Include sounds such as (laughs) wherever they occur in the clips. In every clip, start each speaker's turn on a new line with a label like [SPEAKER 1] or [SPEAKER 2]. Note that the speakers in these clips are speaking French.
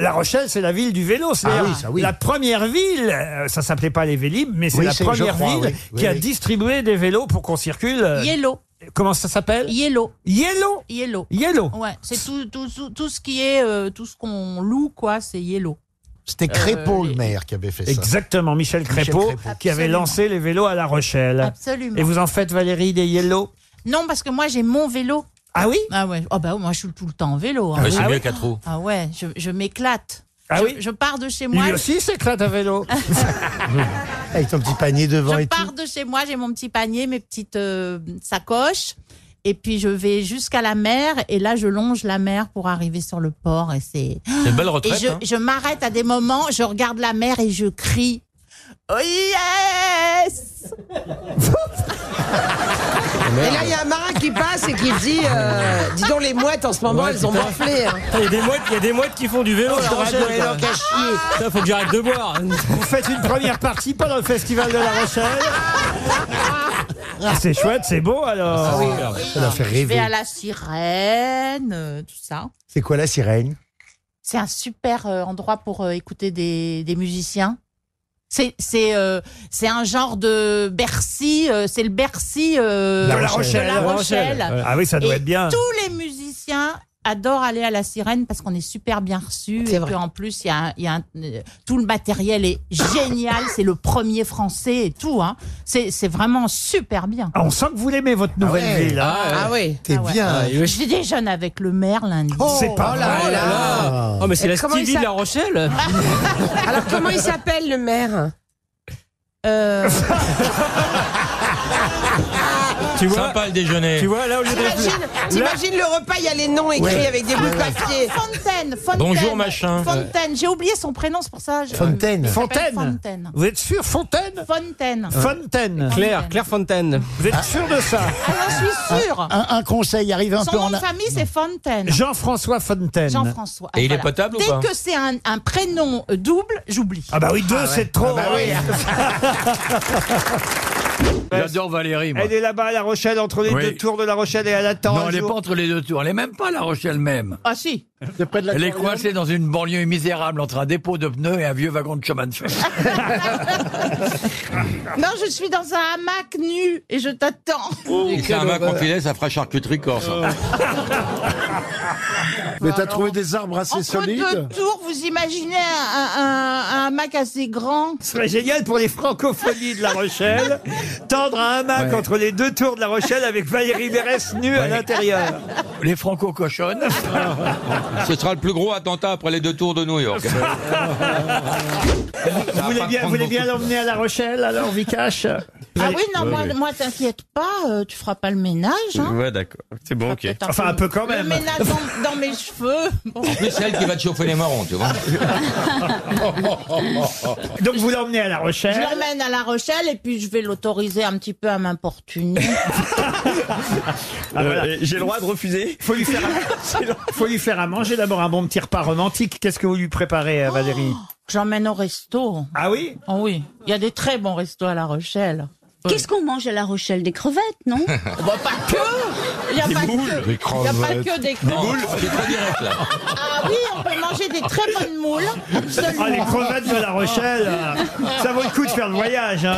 [SPEAKER 1] La Rochelle, c'est la ville du vélo. C'est
[SPEAKER 2] Ah oui, ça, oui.
[SPEAKER 1] la première ville, euh, ça s'appelait pas les Vélib, mais c'est
[SPEAKER 2] Oui,
[SPEAKER 1] la
[SPEAKER 2] c'est- je
[SPEAKER 1] première
[SPEAKER 2] crois,
[SPEAKER 1] ville
[SPEAKER 2] oui. Oui,
[SPEAKER 1] qui a
[SPEAKER 2] oui.
[SPEAKER 1] distribué des vélos pour qu'on circule. euh,
[SPEAKER 3] Yellow.
[SPEAKER 1] Comment ça s'appelle
[SPEAKER 3] Yellow.
[SPEAKER 1] Yellow
[SPEAKER 3] Yellow.
[SPEAKER 1] Yellow
[SPEAKER 3] Ouais, c'est tout, tout, tout, tout ce qui est, euh, tout ce qu'on loue, quoi, c'est yellow.
[SPEAKER 2] C'était Crépeau,
[SPEAKER 3] Euh,
[SPEAKER 2] le maire, qui avait fait ça.
[SPEAKER 1] Exactement, Michel Crépeau,
[SPEAKER 2] Crépeau.
[SPEAKER 1] qui avait
[SPEAKER 3] Absolument.
[SPEAKER 1] lancé les vélos à La Rochelle.
[SPEAKER 3] Absolument.
[SPEAKER 1] Ah. Et vous en faites, Valérie, des Yellow
[SPEAKER 3] Non, parce que moi, j'ai mon vélo.
[SPEAKER 1] Ah oui
[SPEAKER 3] Ah ouais, oh bah, moi, je suis tout le temps en vélo. hein.
[SPEAKER 4] Ouais, c'est
[SPEAKER 1] Ah
[SPEAKER 4] mieux
[SPEAKER 1] oui.
[SPEAKER 4] qu'à trop.
[SPEAKER 3] Ah ouais, je, je m'éclate.
[SPEAKER 1] Ah
[SPEAKER 3] je,
[SPEAKER 1] oui
[SPEAKER 3] je pars de chez moi.
[SPEAKER 1] Lui aussi s'éclate à
[SPEAKER 3] (laughs)
[SPEAKER 1] vélo.
[SPEAKER 2] Avec ton petit panier devant
[SPEAKER 3] Je
[SPEAKER 2] et tout.
[SPEAKER 3] pars de chez moi, j'ai mon petit panier, mes petites euh, sacoches. Et puis je vais jusqu'à la mer et là je longe la mer pour arriver sur le port et c'est
[SPEAKER 1] Ah,
[SPEAKER 4] C'est une belle
[SPEAKER 3] et
[SPEAKER 4] retraite.
[SPEAKER 3] je,
[SPEAKER 4] hein.
[SPEAKER 3] je m'arrête à des moments, je regarde la mer et je crie Oh yes
[SPEAKER 5] Et là, il y a un marin qui passe et qui dit euh, Dis donc, les mouettes en ce moment, elles ont morflé. hein.
[SPEAKER 6] Il y, a des mouettes, il y a des mouettes qui font du vélo.
[SPEAKER 5] Dangereux,
[SPEAKER 6] je te rappelle,
[SPEAKER 5] les
[SPEAKER 6] quoi.
[SPEAKER 5] langues à chier.
[SPEAKER 6] hein. Ça, faut que j'arrête de boire.
[SPEAKER 1] Vous faites une première partie pendant le festival de La Rochelle. Ah, c'est chouette, c'est beau
[SPEAKER 2] Ah
[SPEAKER 6] Ah
[SPEAKER 1] alors.
[SPEAKER 2] Ça l'a fait
[SPEAKER 3] Je vais
[SPEAKER 2] rêver.
[SPEAKER 3] à la sirène, euh, tout ça.
[SPEAKER 2] C'est quoi la sirène
[SPEAKER 3] C'est un super euh, endroit pour euh, écouter des, des musiciens. C'est c'est euh, c'est un genre de Bercy, euh, c'est le Bercy euh,
[SPEAKER 2] La
[SPEAKER 3] de
[SPEAKER 2] Rochelle.
[SPEAKER 3] La Rochelle.
[SPEAKER 1] Ah oui, ça doit
[SPEAKER 3] Et
[SPEAKER 1] être bien.
[SPEAKER 3] Tous les musiciens adorent aller à la sirène parce qu'on est super bien reçus.
[SPEAKER 5] C'est
[SPEAKER 3] Et
[SPEAKER 5] vrai.
[SPEAKER 3] puis en plus, il y a, un- il y a un- euh, tout le matériel est génial. C'est le premier français et tout. Hein. C'est c'est vraiment super bien.
[SPEAKER 1] Ah, on sent que vous l'aimez, votre nouvelle
[SPEAKER 2] ouais.
[SPEAKER 1] ville. hein.
[SPEAKER 5] Ah oui.
[SPEAKER 2] T'es
[SPEAKER 3] Ah ouais.
[SPEAKER 2] bien.
[SPEAKER 3] Je déjeune avec le maire lundi.
[SPEAKER 1] C'est pas
[SPEAKER 2] oh
[SPEAKER 1] vrai.
[SPEAKER 2] là là.
[SPEAKER 6] Oh, mais c'est la
[SPEAKER 5] Comment il
[SPEAKER 6] Stevie de La
[SPEAKER 5] s'appelle
[SPEAKER 6] Rochelle.
[SPEAKER 5] Alors, comment il s'appelle le maire
[SPEAKER 3] Euh,
[SPEAKER 6] tu vois,
[SPEAKER 4] Sympa le déjeuner.
[SPEAKER 6] tu vois, là, au lieu de.
[SPEAKER 5] T'imagines t'imagines le repas, il y a les noms écrits
[SPEAKER 2] Ouais.
[SPEAKER 5] avec des bouts de
[SPEAKER 7] Ah,
[SPEAKER 5] papier.
[SPEAKER 3] Fontaine, Fontaine.
[SPEAKER 4] Bonjour, machin.
[SPEAKER 3] Fontaine, j'ai oublié son prénom, c'est pour ça. je-
[SPEAKER 2] Fontaine.
[SPEAKER 3] Il s'appelle
[SPEAKER 1] Fontaine.
[SPEAKER 3] Fontaine.
[SPEAKER 1] Vous êtes sûr Fontaine
[SPEAKER 3] Fontaine.
[SPEAKER 1] Fontaine.
[SPEAKER 6] Claire, Claire Fontaine.
[SPEAKER 1] Vous êtes sûr de ça
[SPEAKER 3] Ah, j'en suis sûre.
[SPEAKER 2] (laughs) Un, un conseil, arrive un
[SPEAKER 3] Son
[SPEAKER 2] peu
[SPEAKER 3] nom
[SPEAKER 2] en
[SPEAKER 3] de
[SPEAKER 2] a-
[SPEAKER 3] famille, c'est Fontaine.
[SPEAKER 1] Jean-François Fontaine.
[SPEAKER 3] Jean-François.
[SPEAKER 4] Et il est potable ou
[SPEAKER 3] Dès
[SPEAKER 4] pas
[SPEAKER 3] que c'est un, un prénom euh, double, j'oublie.
[SPEAKER 1] Ah bah oui, deux, c'est trop.
[SPEAKER 2] bah
[SPEAKER 8] J'adore Valérie, moi.
[SPEAKER 1] (laughs) Elle est là-bas à La Rochelle, entre les
[SPEAKER 8] Oui.
[SPEAKER 1] deux tours de La Rochelle et elle attend.
[SPEAKER 8] Non,
[SPEAKER 1] un
[SPEAKER 8] elle n'est
[SPEAKER 1] jour.
[SPEAKER 8] pas entre les deux tours. Elle n'est même pas à La Rochelle même.
[SPEAKER 3] Ah si. (laughs)
[SPEAKER 8] Elle est coincée dans une banlieue misérable entre un dépôt de pneus et un vieux wagon de chemin de fer.
[SPEAKER 3] Non, je suis dans un hamac nu et je t'attends.
[SPEAKER 4] Et c'est un mac confilé, ça fera charcuterie corse.
[SPEAKER 9] Mais t'as trouvé des arbres assez
[SPEAKER 3] Entre deux
[SPEAKER 9] solides
[SPEAKER 3] tours, vous imaginez un, un- un hamac assez grand
[SPEAKER 1] Ce serait génial pour les francophonies de La (laughs) Rochelle. Tendre un hamac entre les deux tours de La Rochelle avec Valérie Berès nue à l'intérieur.
[SPEAKER 8] Les franco-cochonnes.
[SPEAKER 4] Ce sera le plus gros attentat après les deux tours de New York.
[SPEAKER 1] Vous voulez bien, vous voulez bien l'emmener à La Rochelle, alors, Vikash
[SPEAKER 3] Ah oui, non, moi, moi t'inquiète pas, euh, tu feras pas le ménage. Hein.
[SPEAKER 4] Ouais, d'accord. C'est bon, ok.
[SPEAKER 3] Peut-être
[SPEAKER 1] Enfin, un peu quand
[SPEAKER 3] Le
[SPEAKER 1] même.
[SPEAKER 3] ménage dans, dans mes cheveux.
[SPEAKER 1] (laughs)
[SPEAKER 3] Bon.
[SPEAKER 4] En plus, c'est elle qui va te chauffer les marrons, tu vois.
[SPEAKER 1] Donc, vous l'emmenez à La
[SPEAKER 3] Je
[SPEAKER 1] Rochelle.
[SPEAKER 3] l'emmène à La Rochelle et puis je vais l'autoriser un petit peu
[SPEAKER 1] (laughs)
[SPEAKER 3] à m'importuner.
[SPEAKER 6] Euh, J'ai le droit de refuser.
[SPEAKER 1] Ah, (laughs) Faut lui
[SPEAKER 6] (laughs)
[SPEAKER 1] faire, à- faut lui faire à manger d'abord un bon petit repas romantique. Qu'est-ce que vous lui préparez, euh, Valérie
[SPEAKER 6] Oh
[SPEAKER 3] J'emmène au resto.
[SPEAKER 1] Ah oui
[SPEAKER 3] Oh oui, il y a des très bons restos à La Rochelle.
[SPEAKER 10] Qu'est-ce qu'on mange à La Rochelle Des crevettes, non
[SPEAKER 3] Oh, bah, pas que Il n'y a, pas que-
[SPEAKER 9] Des
[SPEAKER 3] il y a pas
[SPEAKER 9] crevettes.
[SPEAKER 3] que des crevettes.
[SPEAKER 4] C'est très direct, là.
[SPEAKER 3] Ah oui, on peut manger des très bonnes moules.
[SPEAKER 1] Ah, les
[SPEAKER 3] Absolument.
[SPEAKER 1] crevettes de La Rochelle, euh, ça vaut le coup de faire le voyage. hein.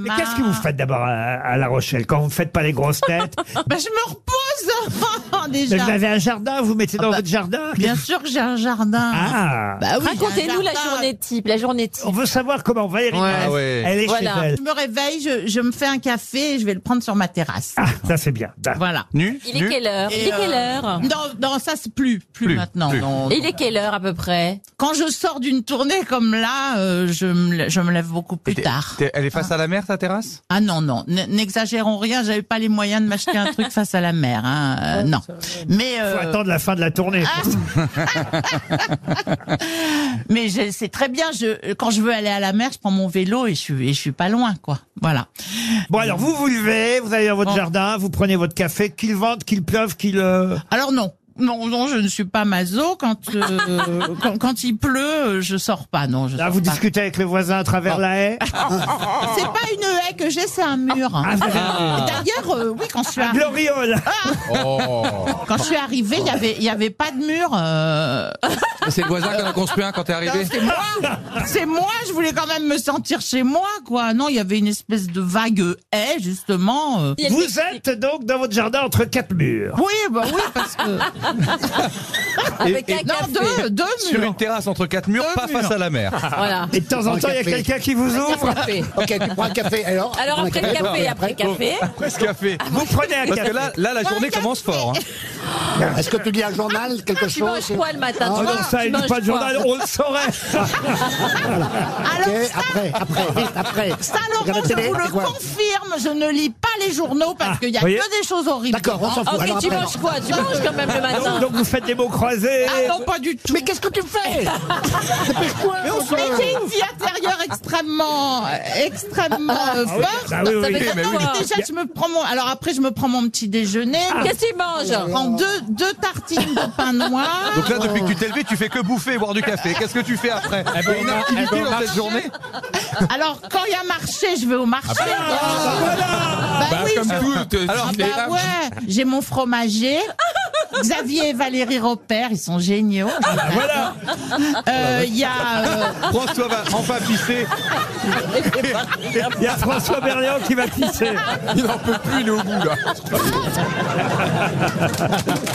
[SPEAKER 1] Mais
[SPEAKER 3] Ma-
[SPEAKER 1] qu'est-ce que vous faites d'abord à, à La Rochelle quand vous ne faites pas les grosses
[SPEAKER 3] (laughs)
[SPEAKER 1] têtes
[SPEAKER 3] Bah, je me repose (laughs)
[SPEAKER 1] Mais Vous
[SPEAKER 3] déjà.
[SPEAKER 1] avez un jardin, vous mettez dans
[SPEAKER 3] bah,
[SPEAKER 1] votre jardin
[SPEAKER 3] Bien sûr que j'ai un jardin.
[SPEAKER 1] Ah
[SPEAKER 3] Bah oui,
[SPEAKER 7] Racontez-nous
[SPEAKER 3] j'ai un
[SPEAKER 7] la
[SPEAKER 3] jardin.
[SPEAKER 7] journée type, la journée
[SPEAKER 1] On
[SPEAKER 7] type.
[SPEAKER 1] veut savoir comment Valérie
[SPEAKER 5] Ouais.
[SPEAKER 1] Mérès,
[SPEAKER 4] Ah ouais.
[SPEAKER 1] elle est
[SPEAKER 7] Voilà.
[SPEAKER 1] chez elle.
[SPEAKER 3] Je me réveille, je, je me fais un café et je vais le prendre sur ma terrasse.
[SPEAKER 1] Ah, ça c'est bien. Ah.
[SPEAKER 3] Voilà.
[SPEAKER 8] Nu
[SPEAKER 7] Il est quelle heure Il
[SPEAKER 3] Et, euh,
[SPEAKER 7] est quelle heure
[SPEAKER 3] Non, non, ça c'est plus, plus, maintenant. non,
[SPEAKER 7] Et Il est quelle heure à peu près
[SPEAKER 3] Quand je sors d'une tournée comme là, euh, je, me, lè- je me lève beaucoup plus tard.
[SPEAKER 4] Elle est face à la mer, ta terrasse
[SPEAKER 3] Ah non, non, n- n'exagérons rien, j'avais pas les moyens de m'acheter un truc face à la mer. Hein. euh, non. Mais,
[SPEAKER 1] Faut
[SPEAKER 3] euh,
[SPEAKER 1] attendre la fin de la tournée.
[SPEAKER 3] Ah. mais je- c'est très bien, je, quand je veux aller à la mer, je prends mon vélo et je, suis- et je suis pas loin, quoi. Voilà.
[SPEAKER 1] Bon alors vous vous levez, vous allez dans votre
[SPEAKER 3] Bon.
[SPEAKER 1] jardin, vous prenez votre café, qu'il vente, qu'il pleuve, qu'il euh,
[SPEAKER 3] Alors non. Non, non, je ne suis pas maso. Quand, euh,
[SPEAKER 7] (laughs)
[SPEAKER 3] quand, quand il pleut, euh, je sors pas. Non, je
[SPEAKER 1] là
[SPEAKER 3] sors
[SPEAKER 1] Ah, vous
[SPEAKER 3] pas.
[SPEAKER 1] discutez avec le voisin à travers la haie. Ah,
[SPEAKER 3] C'est pas une haie que j'ai, c'est un mur. hein.
[SPEAKER 2] Ah.
[SPEAKER 3] D'ailleurs, euh, oui, quand je suis arrivée,
[SPEAKER 1] Gloriole.
[SPEAKER 2] Ah,
[SPEAKER 3] Quand je suis arrivée, il y avait, il y avait pas de mur. euh,
[SPEAKER 4] C'est le voisin qui en a construit un quand t'es arrivé.
[SPEAKER 3] C'est moi, c'est moi, je voulais quand même me sentir chez moi, quoi. Non, il y avait une espèce de vague haie, justement. euh.
[SPEAKER 1] Vous êtes donc dans votre jardin entre quatre murs.
[SPEAKER 3] Oui, bah oui,
[SPEAKER 2] (laughs)
[SPEAKER 3] parce que.
[SPEAKER 7] Avec un
[SPEAKER 3] Non,
[SPEAKER 7] café.
[SPEAKER 3] deux, deux
[SPEAKER 4] Sur
[SPEAKER 3] murs.
[SPEAKER 4] une terrasse entre quatre murs,
[SPEAKER 3] Deux
[SPEAKER 4] pas
[SPEAKER 3] murs.
[SPEAKER 4] face à la mer.
[SPEAKER 7] Voilà.
[SPEAKER 1] Et de temps en temps, il y a quelqu'un qui vous ouvre.
[SPEAKER 7] Café.
[SPEAKER 2] Ok, tu prends un café. Alors,
[SPEAKER 7] Alors après le café, après le café.
[SPEAKER 4] Presque café.
[SPEAKER 1] Vous prenez un
[SPEAKER 4] Parce que
[SPEAKER 1] café.
[SPEAKER 4] là, là, la journée commence fort. hein.
[SPEAKER 2] Est-ce que tu lis un journal,
[SPEAKER 3] Ah,
[SPEAKER 2] quelque
[SPEAKER 7] Tu
[SPEAKER 2] chose
[SPEAKER 7] manges quoi le matin
[SPEAKER 1] Ah
[SPEAKER 7] tu
[SPEAKER 1] non,
[SPEAKER 7] manges-
[SPEAKER 1] ça,
[SPEAKER 7] tu
[SPEAKER 1] il dit
[SPEAKER 7] manges
[SPEAKER 1] pas de
[SPEAKER 7] quoi
[SPEAKER 1] journal, on le saurait.
[SPEAKER 2] Ok,
[SPEAKER 3] Alors, ça,
[SPEAKER 2] Après, après, vite, après.
[SPEAKER 3] ça, Laurent,
[SPEAKER 2] Regarde
[SPEAKER 3] je
[SPEAKER 2] la télé,
[SPEAKER 3] vous
[SPEAKER 2] c'est
[SPEAKER 3] le
[SPEAKER 2] quoi Ah,
[SPEAKER 3] confirme, je ne lis pas les journaux parce qu'il y a
[SPEAKER 1] voyez.
[SPEAKER 3] que des choses horribles.
[SPEAKER 2] D'accord, on s'en fout.
[SPEAKER 7] Ok,
[SPEAKER 2] Alors
[SPEAKER 7] tu
[SPEAKER 2] après.
[SPEAKER 7] manges quoi Tu manges quand même le
[SPEAKER 11] Ah,
[SPEAKER 7] matin.
[SPEAKER 1] Donc, donc vous faites des mots croisés.
[SPEAKER 3] Ah non, pas du tout.
[SPEAKER 2] Mais qu'est-ce que tu
[SPEAKER 3] (laughs)
[SPEAKER 2] fais Dépêche-toi
[SPEAKER 3] Mais j'ai une vie intérieure extrêmement, euh, extrêmement
[SPEAKER 2] Ah,
[SPEAKER 3] euh, forte.
[SPEAKER 1] Bah oui, oui,
[SPEAKER 7] Ça
[SPEAKER 1] oui.
[SPEAKER 7] fait
[SPEAKER 5] Eh,
[SPEAKER 4] mais
[SPEAKER 7] quoi
[SPEAKER 3] Déjà, je me prends mon. Alors après, je me prends mon petit déjeuner.
[SPEAKER 7] Ah. Qu'est-ce que tu manges
[SPEAKER 3] Je prends deux, deux tartines de pain noir.
[SPEAKER 4] (laughs) Donc là,
[SPEAKER 3] Oh.
[SPEAKER 4] depuis que tu t'es levé, tu fais que bouffer et boire du café. Qu'est-ce que tu fais après
[SPEAKER 3] Eh ben,
[SPEAKER 4] Une activité dans cette journée
[SPEAKER 3] Alors, quand il y a marché, je vais au marché. bah, oui, je-
[SPEAKER 4] Alors,
[SPEAKER 3] ah bah ouais, j'ai mon fromager. Xavier et Valérie Robert, ils sont géniaux.
[SPEAKER 1] Voilà.
[SPEAKER 3] Euh, Il y a. euh,
[SPEAKER 4] François va enfin pisser.
[SPEAKER 1] Il y a François Berliand qui va pisser.
[SPEAKER 4] Il n'en peut plus, il est au bout, là.
[SPEAKER 11] (laughs)